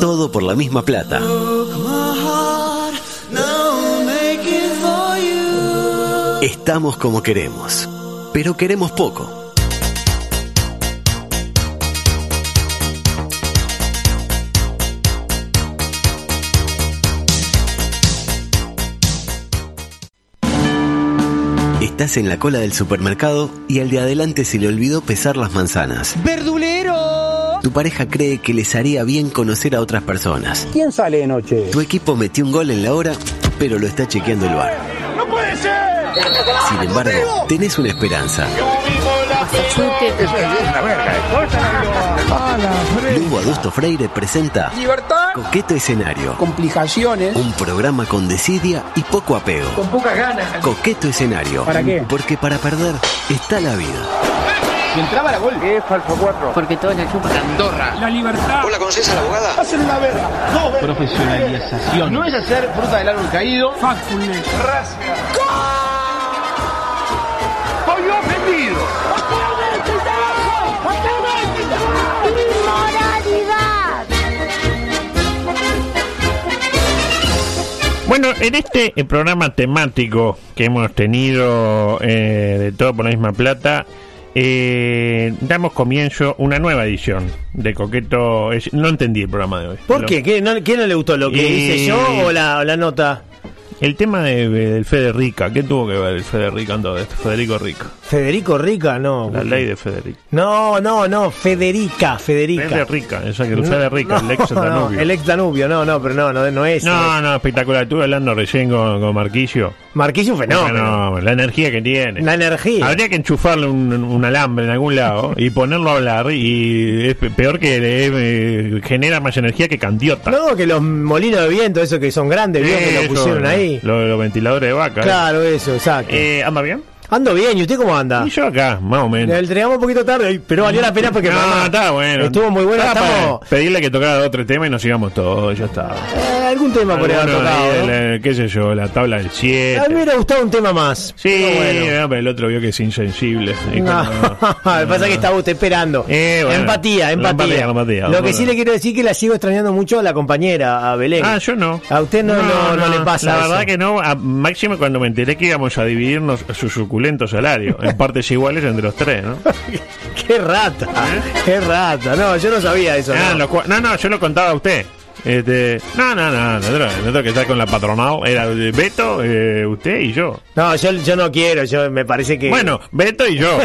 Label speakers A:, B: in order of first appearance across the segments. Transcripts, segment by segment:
A: Todo por la misma plata. Estamos como queremos, pero queremos poco. Estás en la cola del supermercado y al de adelante se le olvidó pesar las manzanas.
B: ¡Verdulero!
A: Tu pareja cree que les haría bien conocer a otras personas.
C: ¿Quién sale de noche?
A: Tu equipo metió un gol en la hora, pero lo está chequeando el bar.
D: ¡No puede ser!
A: Sin embargo, tenés una esperanza. Lugo Adusto Freire presenta
E: Libertad.
A: Coqueto Escenario.
E: Complicaciones.
A: Un programa con desidia y poco apego.
E: Con pocas ganas.
A: Coqueto Escenario.
C: ¿Para qué?
A: Porque para perder está la vida.
E: Si entraba la gol.
C: Es falso 4.
F: Porque todo la chupa.
E: Andorra. La libertad.
G: ¿Vos la conocés a la abogada?
E: Hacer una verga. No, verga.
H: Profesionalización.
E: No es hacer fruta del árbol caído.
H: Factfulness.
E: Racia. ¡Soy ofendido!
I: Bueno, en este eh, programa temático que hemos tenido eh, de todo por la misma plata, eh, damos comienzo una nueva edición de Coqueto. Es- no entendí el programa de hoy.
B: ¿Por
I: Lo-
B: qué? ¿Qué no, ¿Quién no le gustó? ¿Lo que
I: Eh.
B: hice yo o la, o la nota?
I: El tema de- de- del Federica, ¿qué tuvo que ver el Federica en todo esto? Federico Rico,
B: ¿Federico Rica? No.
I: la ley de Federico.
B: No, no, no. Federica, Federica.
I: Federica, esa que Federica, el ex
B: no,
I: Danubio.
B: el ex Danubio, no, no, pero no, no, no es. eh.
I: No, no, espectacular. Estuve hablando recién con, con Marquillo.
B: Marquillo un
I: No,
B: fenómeno.
I: no, la energía que tiene.
B: La energía.
I: Habría que enchufarle un, un alambre en algún lado y ponerlo a hablar y es pe- peor que le- eh, genera más energía que candiota.
B: No, que los molinos de viento, esos que son grandes, vio que
I: Eso,
B: lo pusieron ahí.
I: lo- los ventiladores de vaca.
B: Claro, eso, exacto.
I: Eh, ¿Anda bien?
B: Ando bien, ¿y usted cómo anda?
I: Y yo acá, más o menos.
B: Le entregamos un poquito tarde, pero valió la pena porque
I: no,
B: mamá,
I: está bueno.
B: estuvo muy bueno.
I: Está
B: Estamos,
I: para Pedirle que tocara otro tema y nos sigamos todos, ya está.
B: eh, algún tema por ahí ha
I: Alguno
B: tocado.
I: ahí,
B: ¿no?
I: el- qué sé yo, la tabla del 7.
B: A mí me hubiera gustado un tema más.
I: Sí,
B: pero bueno.
I: ah, pero el otro vio que es insensible. y
B: No,
I: como-
B: me pasa que estaba usted esperando.
I: Eh, bueno.
B: empatía,
I: La
B: empatía.
I: empatía, la empatía.
B: Lo que
I: Bueno.
B: sí le quiero decir que la sigo extrañando mucho a la compañera, a Belén.
I: Ah, yo no.
B: A usted no, no- no le pasa
I: La
B: eso.
I: verdad que no. A máximo cuando me enteré que íbamos a dividirnos su suculento salario en partes iguales entre los tres, ¿no?
B: Qué rata, qué rata. No, yo no sabía eso.
I: ¿Eh? Ah,
B: no.
I: los cua- no, no, yo lo contaba a usted. Este, no, no, no, no, no, no tengo que estar con la patronal. Era eh, Beto, eh, usted y yo.
B: No, yo, yo no quiero, yo me parece que...
I: Bueno, Beto y yo.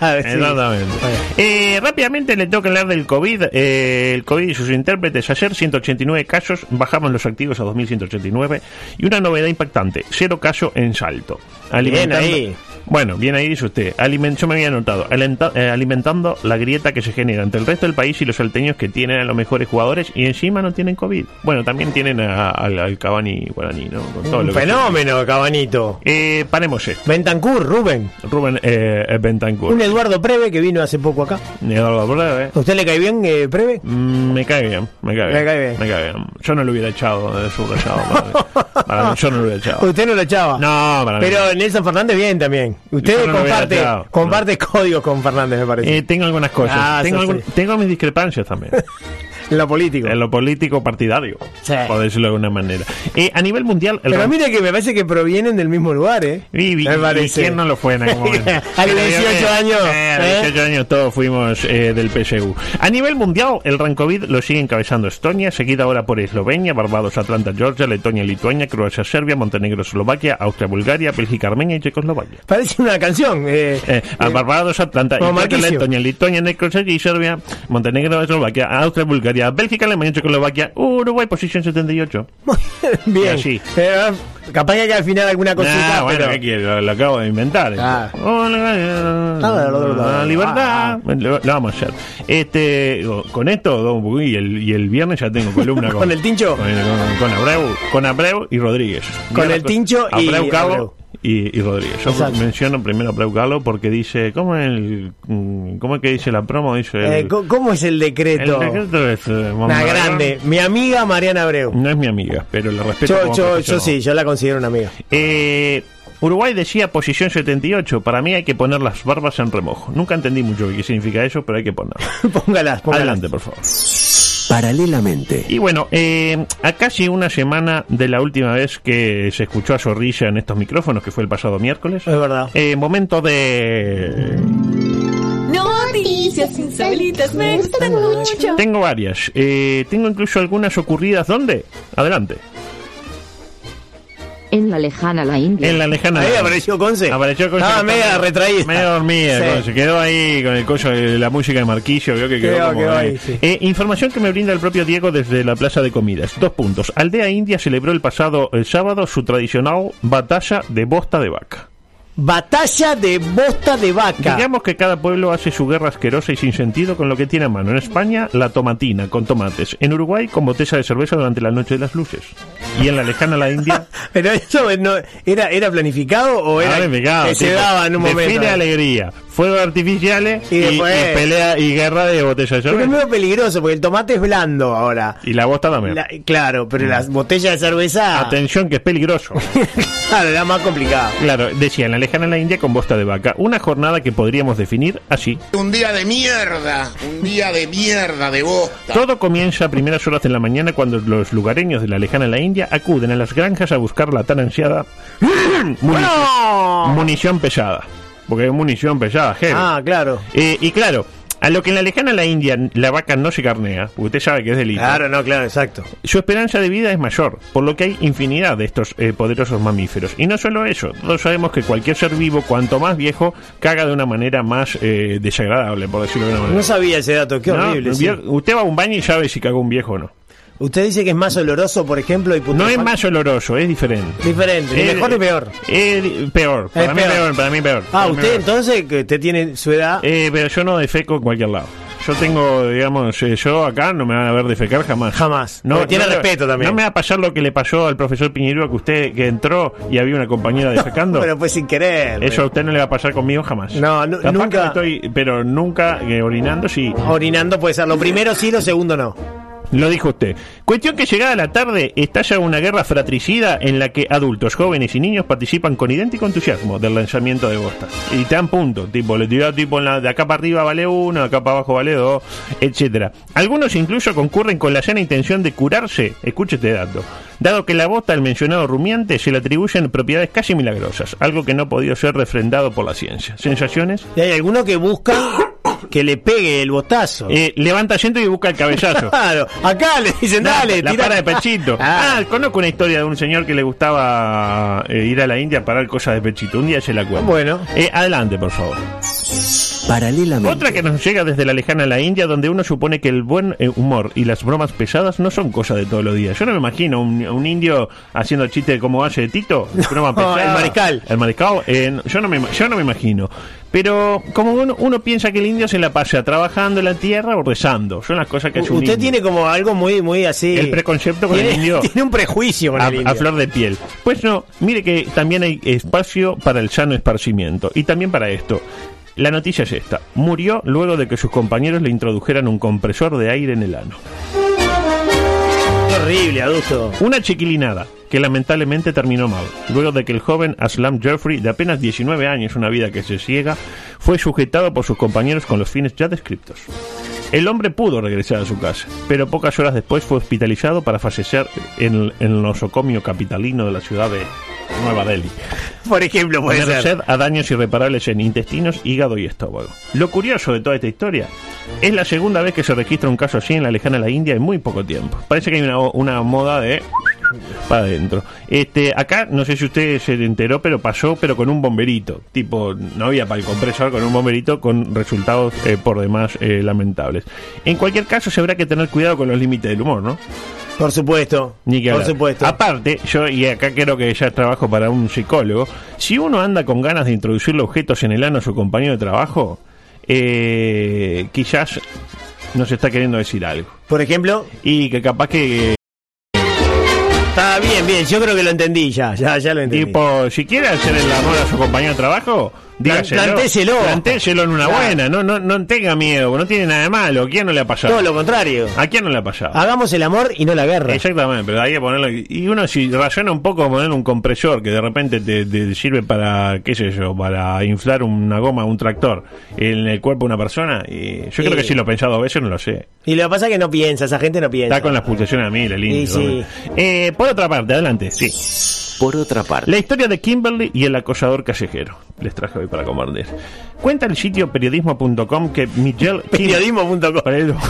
I: Exactamente.
B: Bueno.
I: Eh, rápidamente le tengo que hablar del COVID. Eh, el COVID y sus intérpretes. Ayer 189 casos, bajamos los activos a 2.189. Y una novedad impactante, cero casos en salto.
B: ahí.
I: Bueno, bien ahí dice usted. Aliment- yo me había anotado. Alenta- eh, alimentando la grieta que se genera entre el resto del país y los salteños que tienen a los mejores jugadores y encima no tienen COVID. Bueno, también tienen a- al, al Cavani guaraní, ¿no? Con todo
B: Un
I: lo que-
B: fenómeno, Cabanito.
I: Eh, paremos esto.
B: Bentancur, Rubén.
I: Rubén eh, Bentancur.
B: Un Eduardo Preve que vino hace poco acá.
I: Eduardo Bordebe.
B: ¿A usted le cae bien, eh, Preve?
I: Mm, Me cae bien, me cae bien.
B: Me cae bien.
I: me cae bien. Yo no lo hubiera echado de subrayado. Para mí. Para mí, yo no lo hubiera echado.
B: Usted no lo echaba.
I: No, para mí.
B: Pero Nelson Fernández bien también. Usted
I: Yo no lo hubiera
B: comparte,
I: echado.
B: comparte códigos con Fernández, me parece.
I: Eh, tengo algunas cosas.
B: Ah,
I: tengo,
B: eso
I: algún-
B: sí.
I: tengo mis discrepancias también.
B: en lo político.
I: en lo político partidario.
B: Sí.
I: Por decirlo de alguna manera. Eh, a nivel mundial. el
B: Pero
I: rom-
B: mire que me parece que provienen del mismo lugar, ¿eh?
I: Y, y-
B: me
I: y quién no lo fue en algún momento?
B: a los
I: Pero digo
B: 18
I: que,
B: años.
I: eh, a los
B: ¿eh?
I: 18 años todos fuimos eh, del PSU. A nivel mundial, el Rancovid lo sigue encabezando Estonia, seguida ahora por Eslovenia, Barbados, Atlanta, Georgia, Letonia, Lituania, Croacia, Serbia, Montenegro, Eslovaquia, Austria, Bulgaria, Bélgica, Armenia y Checoslovacia.
B: Parece una canción. eh.
I: Eh, a Barbados, Atlanta,
B: Como
I: Italia,
B: Marquicio.
I: Letonia, Lituania, Necroseria y Serbia, Montenegro, Eslovaquia, Austria, Bulgaria, Bélgica, Alemania, Checoslovaquia, Uruguay, posición 78.
B: bien.
I: así.
B: Eh, capaz que hay que al final alguna cosita,
I: Ah, bueno,
B: pero...
I: ¿qué quiere? Lo, lo acabo de inventar.
B: Ah.
I: Hola,
B: Ah, lo- lo- lo-
I: la libertad.
B: ah,
I: Lo, lo vamos a hacer. Este, con esto, don Bugui, y el, y el viernes ya tengo columna con,
B: ¿Con el tincho?
I: Con, con- con Abreu, con Abreu y Rodríguez.
B: Con
I: Viernes
B: el tincho y
I: Abreu Cabo.
B: Abreu.
I: Y, y Rodríguez. Yo
B: Exacto.
I: menciono primero a Abreu Cabo porque dice, ¿cómo es, el, mm, ¿cómo es que dice la promo? Dice el,
B: Eh, co- ¿Cómo es el
I: el
B: decreto?
I: secreto es, eh,
B: Una
I: Mondragón.
B: grande. Mi amiga Mariana Abreu.
I: No es mi amiga, pero la respeto.
B: Yo,
I: como
B: yo, yo
I: profesional.
B: sí, yo la considero una amiga.
I: Eh, Uruguay decía posición 78. Para mí hay que poner las barbas en remojo. Nunca entendí mucho qué significa eso, pero hay que ponerlas.
B: póngalas, póngalas.
I: Adelante, por favor.
A: Paralelamente,
I: Y bueno, eh, a casi una semana de la última vez que se escuchó a Zorrilla en estos micrófonos, que fue el pasado miércoles,
B: Es verdad.
I: eh, momento de...
D: Noticias insólitas me gustan mucho.
I: Tengo varias. Eh, tengo incluso algunas ocurridas. ¿Dónde? Adelante.
F: En la lejana la India.
I: En la lejana...
B: Ahí apareció Conce.
I: Apareció con
B: Ah, media retraída.
I: Media dormida,
B: Sí.
I: con- se quedó ahí con el coso de la música de Marquillo, creo que quedó,
B: Quedó,
I: como
B: quedó ahí, sí.
I: Eh, información que me brinda el propio Diego desde la Plaza de Comidas. Dos puntos. Aldea India celebró el pasado el sábado su tradicional batalla de bosta de vaca.
B: Batalla de bosta de vaca.
I: Digamos que cada pueblo hace su guerra asquerosa y sin sentido con lo que tiene a mano. En España, la tomatina con tomates. En Uruguay, con botella de cerveza durante la noche de las luces. Y en la lejana la India,
B: Pero eso no, ¿era, era planificado o era
I: Ahora es pegado,
B: que se
I: tipo,
B: daba en un momento.
I: Desfile de alegría, fuegos artificiales y,
B: Y después-
I: y pelea y guerra de botella de
B: Pero es
I: cerveza.
B: medio peligroso porque el tomate es blando ahora.
I: Y la bosta también.
B: La- ah. claro, pero las
I: Mm.
B: botellas de cerveza.
I: Atención que es peligroso.
B: claro, era más complicado.
I: claro, decía, en la lejana la India con bosta de vaca. Una jornada que podríamos definir así.
G: Un día de mierda, un día de mierda de bosta.
I: Todo comienza a primeras horas de la mañana cuando los lugareños de la lejana la India acuden a las granjas a buscar la tan ansiada munición, munición pesada. Porque es munición pesada, heavy.
B: Ah, claro.
I: Eh, y claro, a lo que en la lejana la India la vaca no se carnea, porque usted sabe que es delito.
B: Claro, no, claro, exacto.
I: Su esperanza de vida es mayor, por lo que hay infinidad de estos eh, poderosos mamíferos. Y no solo eso, todos sabemos que cualquier ser vivo, cuanto más viejo, caga de una manera más eh, desagradable, por decirlo de una manera.
B: No sabía ese dato, qué
I: ¿No?
B: horrible. sí.
I: Vio- Usted va a un baño y sabe si cagó un viejo o no.
B: Usted dice que es más oloroso, por ejemplo, y
I: No es
B: putrefacto.
I: más oloroso, es diferente.
B: Diferente, ni
I: Eh,
B: mejor ni peor.
I: eh, di- peor, para mí
B: peor.
I: peor, para mí peor.
B: Ah,
I: para mí
B: usted
I: peor.
B: entonces, que usted tiene su edad.
I: Eh, pero yo no defeco en cualquier lado. Yo tengo, digamos, eh, yo acá no me van a ver defecar jamás.
B: Jamás. Porque tiene
I: le-
B: respeto también.
I: No me va a pasar lo que le pasó al profesor Piñerúa que usted que entró y había una compañera defecando.
B: Pero fue sin querer.
I: Eso a usted no le va a pasar conmigo jamás.
B: No, nu-
I: Capaz
B: nunca-
I: que Estoy, pero nunca eh, orinando, sí.
B: Orinando puede ser lo primero sí, lo segundo no.
I: Lo dijo usted. Cuestión que llegada la tarde estalla una guerra fratricida en la que adultos, jóvenes y niños participan con idéntico entusiasmo del lanzamiento de bosta. Y te dan punto, tipo, le tiró tipo en la- de acá para arriba vale uno, de acá para abajo vale dos, etcétera. Algunos incluso concurren con la sana intención de curarse, escuche este dato, dado que la bosta al mencionado rumiante se le atribuyen propiedades casi milagrosas, algo que no ha podido ser refrendado por la ciencia. ¿Sensaciones?
B: Y hay algunos que buscan que le pegue el botazo.
I: Eh, levanta asiento y busca el cabezazo.
B: Claro, acá le dicen, dale,
I: la
B: tira.
I: para de pechito. Ah.
B: Ah,
I: conozco una historia de un señor que le gustaba eh, ir a la India a parar cosas de pechito. Un día se la cuento.
B: Bueno.
I: Eh, adelante, por favor.
A: paralelamente,
I: Otra que nos llega desde la lejana la India, donde uno supone que el buen eh, humor y las bromas pesadas no son cosa de todos los días. Yo no me imagino un, un indio haciendo chiste como hace Tito, broma pesada.
B: el mariscal.
I: El mariscal, eh, no, yo, no me, ima- yo no me imagino. Pero como uno, uno piensa que el indio se la pasa trabajando en la tierra o rezando. Son las cosas que hace un
B: usted
I: indio.
B: tiene como algo muy, muy así.
I: El preconcepto con el
B: tiene,
I: indio.
B: tiene un prejuicio con
I: a,
B: el indio.
I: a flor de piel. Pues no, mire que también hay espacio para el sano esparcimiento y también para esto. La noticia es esta. Murió luego de que sus compañeros le introdujeran un compresor de aire en el ano.
B: Qué horrible, adulto.
I: Una chiquilinada que lamentablemente terminó mal, luego de que el joven Aslam Jeffrey, de apenas 19 años, una vida que se ciega, fue sujetado por sus compañeros con los fines ya descriptos. El hombre pudo regresar a su casa, pero pocas horas después fue hospitalizado para fallecer en el, en el nosocomio capitalino de la ciudad de Nueva Delhi.
B: Por ejemplo, puede
I: Merced
B: ser.
I: a daños irreparables en intestinos, hígado y estómago. Lo curioso de toda esta historia es la segunda vez que se registra un caso así en la lejana la India en muy poco tiempo. Parece que hay una, una moda de para adentro. Este, acá no sé si usted se enteró, pero pasó, pero con un bomberito. Tipo, no había para el compresor con un bomberito con resultados eh, por demás eh, lamentables. En cualquier caso, se habrá que tener cuidado con los límites del humor, ¿no?
B: Por supuesto.
I: Ni que
B: por
I: hablar.
B: supuesto.
I: Aparte, yo, y acá creo que ya trabajo para un psicólogo, si uno anda con ganas de introducirle objetos en el ano a su compañero de trabajo, eh, quizás nos está queriendo decir algo.
B: Por ejemplo,
I: Y que capaz que,
B: está bien, bien. Yo creo que lo entendí ya. Ya, ya lo entendí.
I: tipo, si quiere hacer el amor a su compañero de trabajo, Dígaselo.
B: plantéselo.
I: Plantéselo en una
B: Claro.
I: buena. No, no, no tenga miedo, no tiene nada de malo. ¿A quién no le ha pasado?
B: Todo lo contrario.
I: ¿A quién no le ha pasado?
B: Hagamos el amor y no la guerra.
I: Exactamente, pero hay que ponerlo. Y uno, si rayona un poco, poner un compresor que de repente te, te sirve para, qué sé yo, para inflar una goma, un tractor en el cuerpo de una persona. Y yo creo
B: Sí.
I: que si lo he pensado dos veces, no lo sé.
B: Y lo que pasa es que no piensa, esa gente no piensa.
I: Está con las pulsaciones a mí, la
B: Y sí.
I: Eh, por otra parte, adelante, sí.
A: Por otra parte,
I: La historia de Kimberly y el acosador callejero. Les traje hoy para compartir. Cuenta el sitio periodismo.com que Miguel
B: Periodismo.com.
I: Periodismo.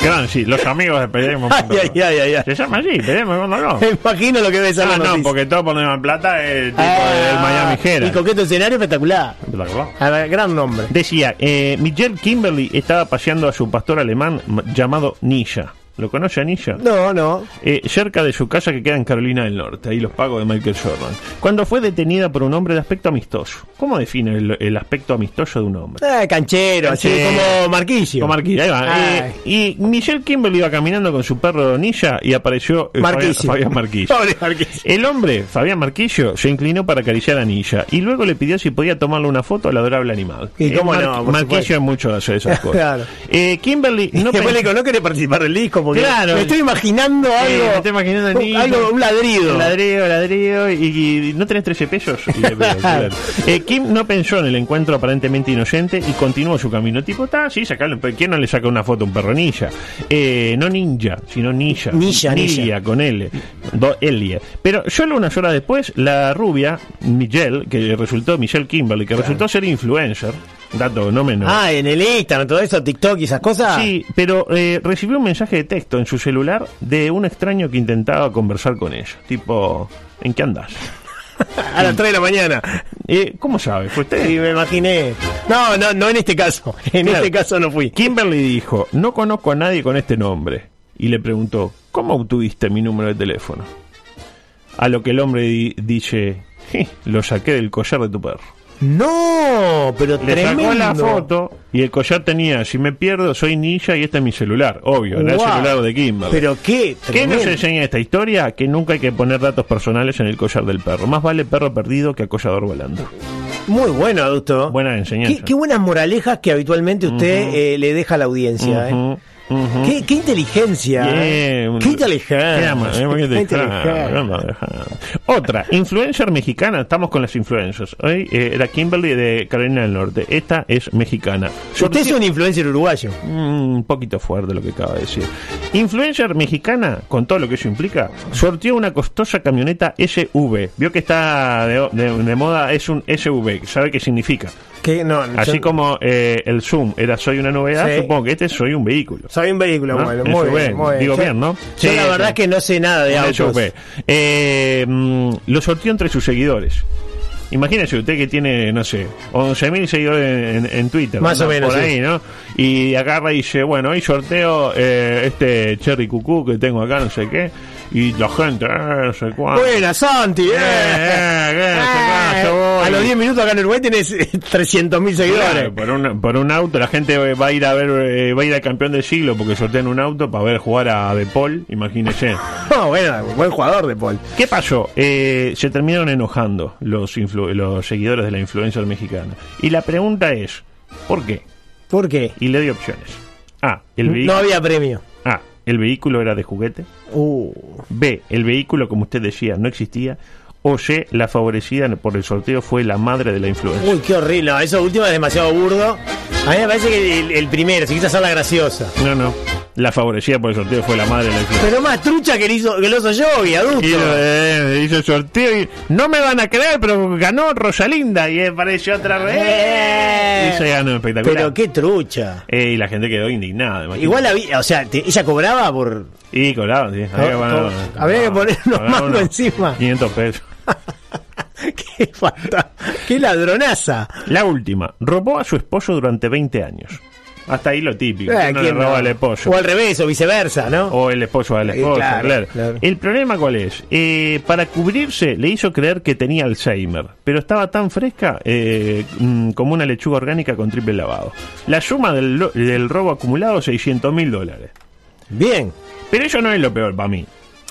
I: Gran, sí, los amigos de periodismo.com.
B: Ay, ay, ay, ay, ay.
I: Se llama así, periodismo.com.
B: Me imagino lo que ves en
I: Ah,
B: la
I: no,
B: noticia.
I: porque todo por Nueva Plata es el tipo
B: Ah,
I: del Miami
B: Y
I: Herald.
B: coqueto escenario espectacular.
I: ¿Te acordás?
B: A ver, gran nombre.
I: Decía, eh, Michelle Kimberly estaba paseando a su pastor alemán m- llamado Nisha. ¿Lo conoce a Nisha?
B: No, no.
I: eh, cerca de su casa que queda en Carolina del Norte, ahí los pagos de Michael Jordan, cuando fue detenida por un hombre de aspecto amistoso. ¿Cómo define el, el aspecto amistoso de un hombre?
B: Ah, canchero, así
I: Canchero.
B: como Marquillo.
I: Como Marquillo, ahí va.
B: Ay.
I: Eh, y Michelle Kimberly iba caminando con su perro Nilla y apareció eh, Fabián,
B: Marquillo.
I: Fabián Marquillo.
B: Pobre Marquillo.
I: El hombre, Fabián Marquillo, se inclinó para acariciar a Nilla y luego le pidió si podía tomarle una foto al adorable animal. Eh,
B: Y cómo no, por
I: Marquillo
B: supuesto.
I: es mucho de hacer esas cosas.
B: Claro.
I: Eh, Kimberly no
B: Después le
I: pensó-
B: digo, no querés participar del disco porque
I: Claro.
B: me estoy imaginando algo.
I: Eh, me estoy imaginando
B: un,
I: niño.
B: algo, un ladrido.
I: Un ladrido, ladrido. Y, y- no tenés 13 pesos. Y le pego, claro. Eh, Kim no pensó en el encuentro aparentemente inocente y continuó su camino. Tipo, está, sí, sacale. pero ¿Quién no le saca una foto a un perronilla? Eh, no ninja, sino ninja.
B: Ninja,
I: Nilia,
B: ninja.
I: con L. Do Elie. Pero solo unas horas después, la rubia, Michelle, que resultó, Michelle Kimberly, que resultó ser influencer, dato no menor.
B: Ah, en el Instagram, todo eso, TikTok y esas cosas.
I: Sí, pero eh, recibió un mensaje de texto en su celular de un extraño que intentaba conversar con ella. Tipo, ¿en qué andás?
B: A las 3 de la mañana.
I: Eh, ¿Cómo sabe? ¿Fue usted?
B: Sí, me imaginé. No, no, no en este caso. En
I: Claro.
B: este caso no fui.
I: Kimberly dijo, no conozco a nadie con este nombre. Y le preguntó, ¿cómo obtuviste mi número de teléfono? A lo que el hombre di- dice, "Je, lo saqué del collar de tu perro.
B: No, pero
I: Le
B: tremendo.
I: sacó la foto y el collar tenía, si me pierdo, soy ninja y este es mi celular. Obvio, era el
B: Guau.
I: celular de Kimberly.
B: Pero qué
I: ¿Qué
B: tremendo.
I: nos enseña esta historia? Que nunca hay que poner datos personales en el collar del perro. Más vale perro perdido que acollador volando.
B: Muy bueno, adulto.
I: Buena enseñanza.
B: Qué, qué buenas moralejas que habitualmente usted eh, le deja a la audiencia. ¿eh?
I: Ujú, ujú.
B: Qué, qué inteligencia. ¿eh?
I: Bien.
B: Qué inteligencia.
I: Qué ama- eh, muy
B: Qué
I: inteligente.
B: inteligente.
I: Vamos a dejar. Otra, influencer mexicana. Estamos con las influencers. Hoy eh, era Kimberly de Carolina del Norte. Esta es mexicana.
B: Usted es un influencer uruguayo.
I: Mm, un poquito fuerte lo que acaba de decir. Influencer mexicana, con todo lo que eso implica, sortió una costosa camioneta SV. Vio que está de, de- de moda, es un SV, sabe qué significa.
B: Que no,
I: Así
B: yo-
I: como eh, el Zoom era soy una novedad,
B: Sí.
I: supongo que este es soy un vehículo.
B: Soy un vehículo,
I: ¿No?
B: bueno,
I: El
B: muy
I: SUV.
B: bien, muy bien.
I: Digo
B: Yo-
I: bien, ¿no?
B: Yo
I: Sí,
B: la
I: sí.
B: verdad es que no sé nada de
I: Un
B: autos.
I: SUV. Eh, mm, lo sortió entre sus seguidores. Imagínese usted que tiene, no sé, 11.000 seguidores en, en- en Twitter.
B: Más
I: ¿no?
B: o menos,
I: Por
B: sí.
I: ahí, ¿no? Y agarra y dice, bueno, hoy sorteo eh, este Cherry Cucú que tengo acá, no sé qué. Y la gente, eh, no sé cuánto.
B: Buena, Santi. eh.
I: Eh, eh, ¿qué?
B: Ah,
I: Yo voy.
B: a los 10 minutos acá en Uruguay tenés 300.000 seguidores.
I: Claro, por, un, por un auto, la gente eh, va a ir a ver, eh, va a ir al campeón del siglo porque sortean un auto para ver jugar a De Paul, imagínese.
B: No, Ah, bueno, buen jugador de Paul.
I: ¿Qué pasó? Eh, se terminaron enojando los, influ- los seguidores de la influencer mexicana. Y la pregunta es, ¿por qué?
B: ¿Por qué?
I: Y le di opciones. A. El,
B: No
I: vehículo
B: había premio.
I: A, el vehículo era de juguete.
B: Uh,
I: B. El vehículo, como usted decía, no existía. O C. La favorecida por el sorteo fue la madre de la influencer.
B: uy, qué horrible. No, eso último es demasiado burdo. A mí me parece que el, el primero, si quise hacerla graciosa.
I: No, no. La favorecida por el sorteo fue la madre de la influencer.
B: Pero más trucha que el, hizo, que el oso yogi, adulto.
I: Y lo- eh, hizo el sorteo y no me van a creer, pero ganó Rosalinda y apareció otra vez.
B: Eh.
I: Y se ganó espectacular.
B: Pero qué trucha.
I: Eh, y la gente quedó indignada. imagínate.
B: Igual había, o sea, te- ella cobraba por.
I: Y cobrado, sí. Había,
B: Co- co- había que poner unos
I: cobraba
B: mangos encima.
I: 500 pesos.
B: qué falta. Qué ladronaza.
I: La última. Robó a su esposo durante 20 años. Hasta ahí lo típico.
B: Eh,
I: ¿quién no le
B: ¿quién
I: roba
B: no?
I: al esposo.
B: O al revés, o viceversa, ¿no?
I: O el esposo al
B: Eh,
I: esposo,
B: claro,
I: claro.
B: claro.
I: El problema cuál es? Eh, para cubrirse le hizo creer que tenía Alzheimer, pero estaba tan fresca eh, mm, como una lechuga orgánica con triple lavado. La suma del, lo- del robo acumulado, 600 mil dólares.
B: Bien.
I: Pero eso no es lo peor para mí.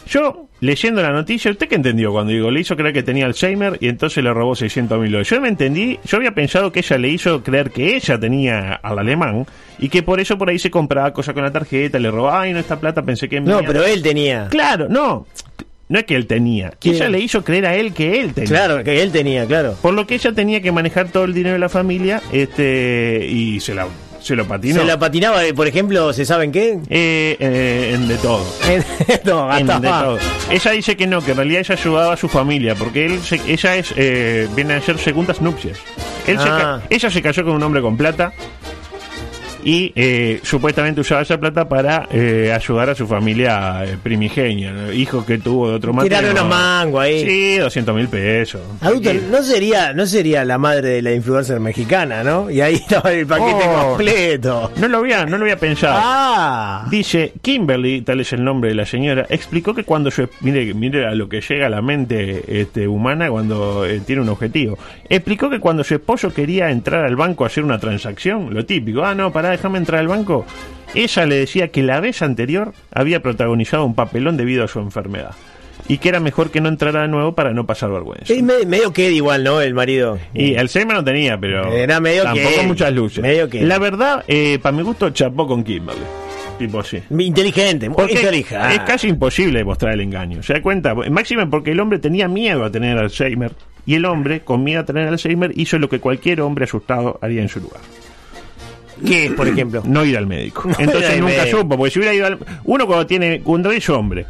I: Yo leyendo la noticia, ¿usted qué entendió cuando digo? Le hizo creer que tenía Alzheimer y entonces le robó 600 mil dólares. Yo me entendí, yo había pensado que ella le hizo creer que ella tenía al alemán y que por eso por ahí se compraba cosas con la tarjeta, le robaba, ay, no, esta plata pensé que es
B: No,
I: mía".
B: pero él tenía.
I: Claro, no, no es que él tenía.
B: ¿Quién?
I: Ella le hizo creer a él que él tenía.
B: Claro, que él tenía, claro.
I: Por lo que ella tenía que manejar todo el dinero de la familia este y se, la, se lo patinó.
B: Se la patinaba, eh, por ejemplo, ¿se saben qué?
I: Eh, eh, en de todo.
B: no,
I: En
B: gastaba.
I: de todo. Ella dice que no, que en realidad ella ayudaba a su familia, porque él se- ella es eh, viene a ser segundas nupcias. Él se
B: Ah.
I: ca- ella se cayó con un hombre con plata y eh, supuestamente usaba esa plata para eh, ayudar a su familia eh, primigenia, ¿no? hijos que tuvo de otro
B: Tiraron
I: matrimonio.
B: unos mangos ahí.
I: Sí, 200 mil pesos. Eh,
B: Adulto, no sería, no sería la madre de la influencer mexicana, ¿no? Y ahí estaba el paquete
I: Oh.
B: completo.
I: No lo había, no lo había pensado.
B: Ah,
I: Dice, Kimberly, tal es el nombre de la señora, explicó que cuando yo, mire, mire a lo que llega a la mente este, humana cuando eh, tiene un objetivo, explicó que cuando su esposo quería entrar al banco a hacer una transacción, lo típico, ah, no, pará, déjame entrar al banco, ella le decía que la vez anterior había protagonizado un papelón debido a su enfermedad y que era mejor que no entrara de nuevo para no pasar vergüenza.
B: es me- medio que igual, ¿no? El marido.
I: Y Alzheimer no tenía, pero
B: Era medio
I: tampoco
B: que él,
I: muchas luces.
B: medio que él.
I: La verdad, eh, para mi gusto, chapó con Kimberly. Tipo así.
B: Inteligente, muy
I: Porque
B: inteligente. Ah.
I: es casi imposible demostrar el engaño. ¿Se da cuenta? Máxima porque el hombre tenía miedo a tener Alzheimer. Y el hombre, con miedo a tener Alzheimer, hizo lo que cualquier hombre asustado haría en su lugar.
B: ¿Qué es, por ejemplo?
I: No ir al médico.
B: ir
I: Entonces
B: al
I: nunca
B: médico.
I: supo. Porque si hubiera ido al... Uno cuando tiene... Cuando es hombre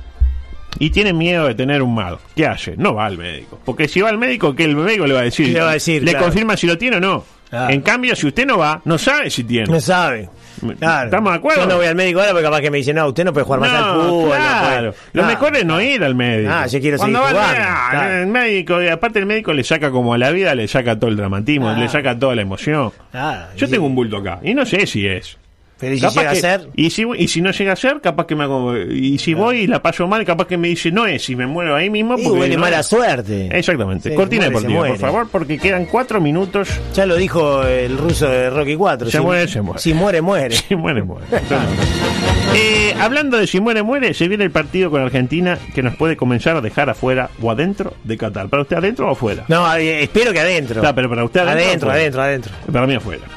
I: y tiene miedo de tener un mal, ¿qué hace? No va al médico. Porque si va al médico, ¿qué el médico le va a decir?
B: ¿Qué le va a decir? Claro.
I: confirma si lo tiene o no.
B: Claro.
I: En cambio, si usted no va, no sabe si tiene.
B: No sabe. Claro.
I: ¿Estamos de acuerdo?
B: Yo no voy al médico ahora porque capaz que me dicen, no, usted no puede jugar más al fútbol.
I: claro.
B: no puede".
I: Lo
B: Ah,
I: mejor es no ir al médico.
B: Ah, yo quiero
I: Cuando
B: seguir
I: va al-
B: jugando,
I: ah,
B: claro.
I: el médico, y aparte el médico le saca como a la vida, le saca todo el dramatismo,
B: Ah.
I: le saca toda la emoción.
B: Ah,
I: yo
B: y
I: tengo
B: sí.
I: un bulto acá y no sé si es.
B: Pero ¿y si
I: Capaz
B: llega
I: que-
B: a ser.
I: y si, y si no llega a ser, capaz que me hago. Y si voy y la paso mal, capaz que me dice no es, y me muero ahí mismo.
B: Y
I: porque
B: huele
I: no
B: mala
I: es.
B: suerte.
I: Exactamente.
B: Sí,
I: Cortina
B: muere, se
I: deportiva, por
B: muere.
I: favor, porque quedan cuatro minutos.
B: Ya lo dijo el ruso de Rocky 4.
I: Se muere, se muere.
B: Si muere, muere.
I: Si muere, muere. Eh, hablando de si muere, muere, se viene el partido con Argentina que nos puede comenzar a dejar afuera o adentro de Qatar. ¿Para usted adentro o afuera?
B: No, eh, espero que adentro.
I: Está, pero para usted
B: adentro,
I: adentro. o afuera?
B: adentro, adentro.
I: Para mí afuera.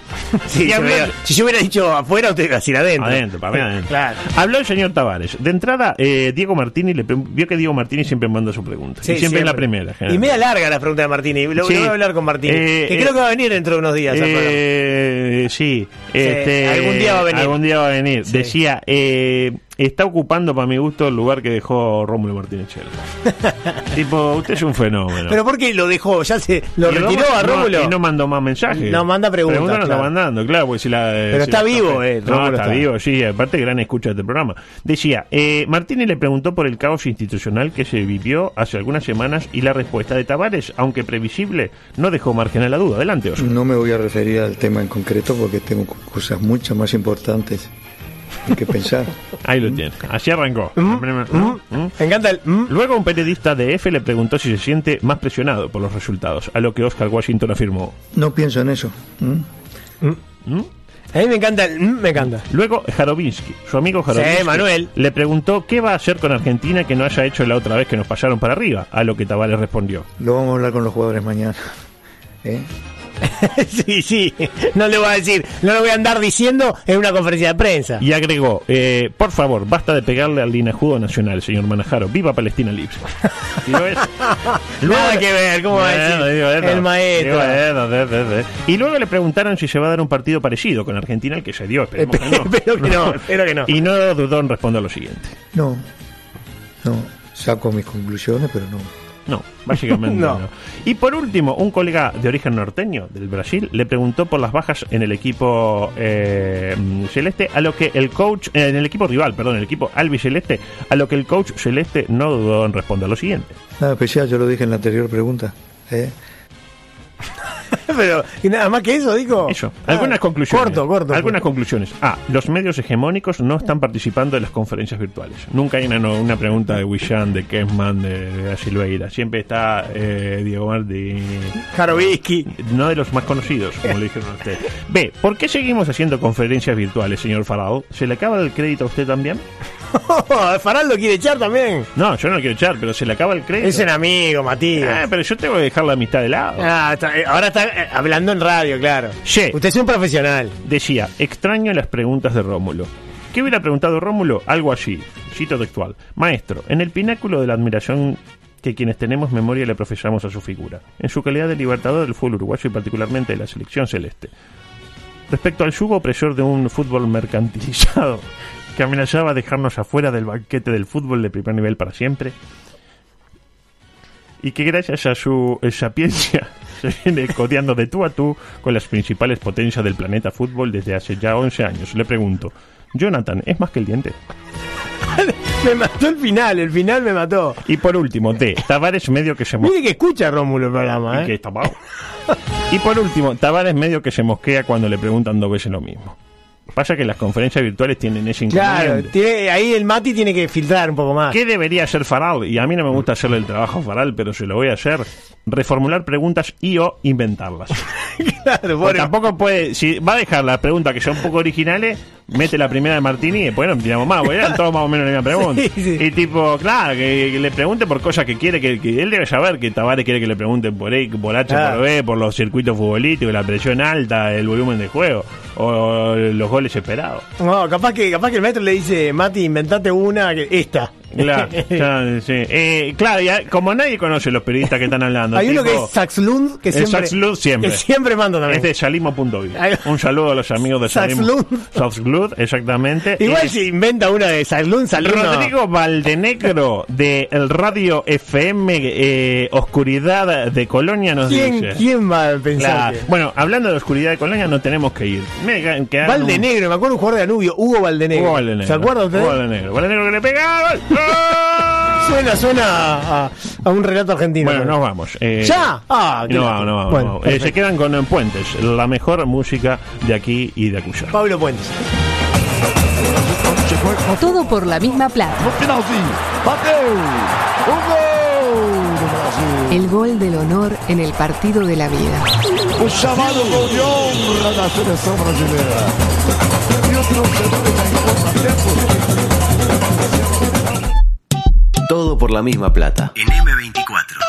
B: Sí,
I: Y
B: yo
I: hablando-
B: hubiera- si yo hubiera dicho afuera, usted iba a decir adentro.
I: Adentro, para mí adentro.
B: Claro.
I: Habló el señor Tavares. De entrada, eh, Diego Martini le pre- vio que Diego Martini siempre manda su pregunta.
B: Sí,
I: y siempre es la primera.
B: Y
I: generalmente.
B: media larga la pregunta de Martini. Lo, lo
I: Sí.
B: voy a hablar con Martini.
I: Eh,
B: que
I: eh,
B: creo que va a venir dentro de unos días. al programa.
I: Eh, sí, este,
B: algún día va a venir.
I: algún día va a venir.
B: Sí.
I: Decía, eh, está ocupando para mi gusto el lugar que dejó Rómulo Martínez Chelo. tipo, usted es un fenómeno.
B: Pero ¿por qué lo dejó? ¿Ya se lo
I: Y
B: retiró
I: luego-
B: a
I: no,
B: Rómulo? ¿Mm?
I: y no mandó más mensajes.
B: No, manda preguntas,
I: no
B: claro.
I: está mandando, claro. Porque si la, eh,
B: Pero
I: si
B: está
I: la-
B: vivo, eh,
I: No,
B: Rómulo
I: está,
B: está.
I: vivo, sí. Aparte, gran escucha de este programa. Decía, eh, Martínez le preguntó por el caos institucional que se vivió hace algunas semanas y la respuesta de Tavares, aunque previsible, no dejó margen a la duda. Adelante, Oso.
F: No me voy a referir al tema en concreto porque tengo cosas mucho más importantes en que pensar.
I: Ahí lo tiene. Así arrancó. Mm.
B: Me encanta el. mm.
I: Luego un periodista de EFE le preguntó si se siente más presionado por los resultados, a lo que Oscar Washington afirmó.
F: No pienso en eso. ¿m?
B: A mí me encanta el. mm, Me encanta.
I: Luego Jarobinsky, su amigo Jarobinsky,
B: Sí, Manuel.
I: le preguntó qué va a hacer con Argentina que no haya hecho la otra vez que nos pasaron para arriba, a lo que Tavares respondió.
F: Lo vamos a hablar con los jugadores mañana. ¿eh?
B: sí, sí. No le voy a decir. No lo voy a andar diciendo en una conferencia de prensa.
I: Y agregó, eh, por favor, basta de pegarle al linajudo nacional, señor Manajaro, viva Palestina libre. Y luego es-
B: Nada que ver, ¿cómo va a decir?
I: Bueno, digo, bueno,
B: El maestro.
I: digo, eh. bueno, de- de- de. Y luego le preguntaron si se va a dar un partido parecido con Argentina, el que se dio, esperemos que no.
B: Espero que no, espero que no.
I: Y no dudó en responder lo siguiente.
F: No, no. Saco mis conclusiones, pero no.
I: No, básicamente
B: No.
I: no. Y por último, un colega de origen norteño del Brasil le preguntó por las bajas en el equipo eh, mm, celeste, a lo que el coach, eh, en el equipo rival, perdón, el equipo albiceleste, a lo que el coach celeste no dudó en responder lo siguiente.
F: Nada especial, yo lo dije en la anterior pregunta. ¿eh?
B: Pero, ¿y nada más que eso, digo.
I: Eso. Algunas
B: Ah,
I: conclusiones.
B: Corto, corto.
I: Algunas conclusiones. Ah, los medios hegemónicos no están participando de las conferencias virtuales. Nunca hay una, no- una pregunta de Wishan, de Kessman, de, de Silveira. Siempre está eh, Diego Martí.
B: Jarovisky.
I: No de los más conocidos, como le dijeron a usted. B. ¿Por qué seguimos haciendo conferencias virtuales, señor Farao? ¿Se le acaba el crédito a usted también? Mm.
B: Farán lo quiere echar también.
I: No, yo no lo quiero echar, pero se le acaba el crédito.
B: Es un amigo,
I: Ah,
B: Matías.
I: pero yo tengo que dejar la amistad de lado.
B: Ah, está- eh, ahora está eh, hablando en radio, claro.
I: Sí.
B: Usted es un profesional.
I: decía, extraño las preguntas de Rómulo. ¿Qué hubiera preguntado Rómulo? Algo allí, cito textual. Maestro, en el pináculo de la admiración que quienes tenemos memoria le profesamos a su figura, en su calidad de libertador del fútbol uruguayo y particularmente de la selección celeste. Respecto al yugo opresor de un fútbol mercantilizado que amenazaba dejarnos afuera del banquete del fútbol de primer nivel para siempre, y que gracias a su eh, sapiencia se viene codeando de tú a tú con las principales potencias del planeta fútbol desde hace ya 11 años. Le pregunto, Jonathan, ¿es más que el diente?
B: Me mató el final, el final me mató.
I: Y por último, D, Tavares medio que se mosquea.
B: Mire que escucha Rómulo el programa,
I: Y que
B: ¿eh?
I: está pavo. Y por último, Tavares medio que se mosquea cuando le preguntan dos veces lo mismo. Pasa que las conferencias virtuales tienen ese
B: Claro,
I: inconveniente.
B: tiene- ahí el Mati tiene que filtrar un poco más.
I: ¿Qué debería hacer Faral? Y a mí no me gusta hacerle el trabajo a Faral, pero se lo voy a hacer. Reformular preguntas y o inventarlas.
B: Claro,
I: Porque
B: pobre-
I: Pues tampoco puede. Si va a dejar las preguntas que son un poco originales, mete la primera de Martini y después no tiramos más, porque eran todos más o menos la misma pregunta.
B: Sí, sí.
I: Y tipo, claro, que, que le pregunte por cosas que quiere que, que él debe saber que Tavares quiere que le pregunten por X, por H,
B: Claro.
I: por B, por los circuitos futbolísticos, la presión alta, el volumen de juego, o los goles esperados.
B: No, capaz que, capaz que el maestro le dice, Mati, inventate una, que- esta.
I: Claro, ya, sí. Eh, claro, y a- como nadie conoce los periodistas que están hablando,
B: Hay uno que
I: tipo,
B: es Saxlund, que
I: El
B: siempre,
I: Saxlund siempre.
B: que siempre Este manda también.
I: es de Salimo.vi.
B: Ahí va.
I: Un saludo a los amigos de Salimo.
B: Saxlund.
I: Saxlund, exactamente.
B: Igual
I: Eh,
B: si inventa una de Saxlund, Saxlund no.
I: Rodrigo Valdenegro de el Radio FM eh, Oscuridad de Colonia nos
B: ¿Quién,
I: dice.
B: ¿Quién va a
I: La-
B: pensar? que-
I: bueno, hablando de la oscuridad de Colonia, no tenemos que ir. Me ca- quedaron-
B: Valdenegro, me acuerdo un jugador de Danubio, Hugo Valdenegro.
I: Hugo Valdenegro.
B: ¿Se acuerda usted?
I: Hugo Valdenegro. Valdenegro que le pega. ¡Gol! ¡Gol!
B: Suena, suena a, a- a un relato argentino.
I: Bueno, nos vamos. eh,
B: ¿Ya? Ah, qué
I: no,
B: lástima.
I: vamos, no, vamos,
B: Bueno,
I: no vamos. Eh, se
B: perfecto.
I: quedan con eh, Puentes, la mejor música de aquí y de acullá.
B: Pablo Puentes.
D: Todo por la misma plata. El gol del honor en el partido de la vida.
A: Todo por la misma plata. En M24.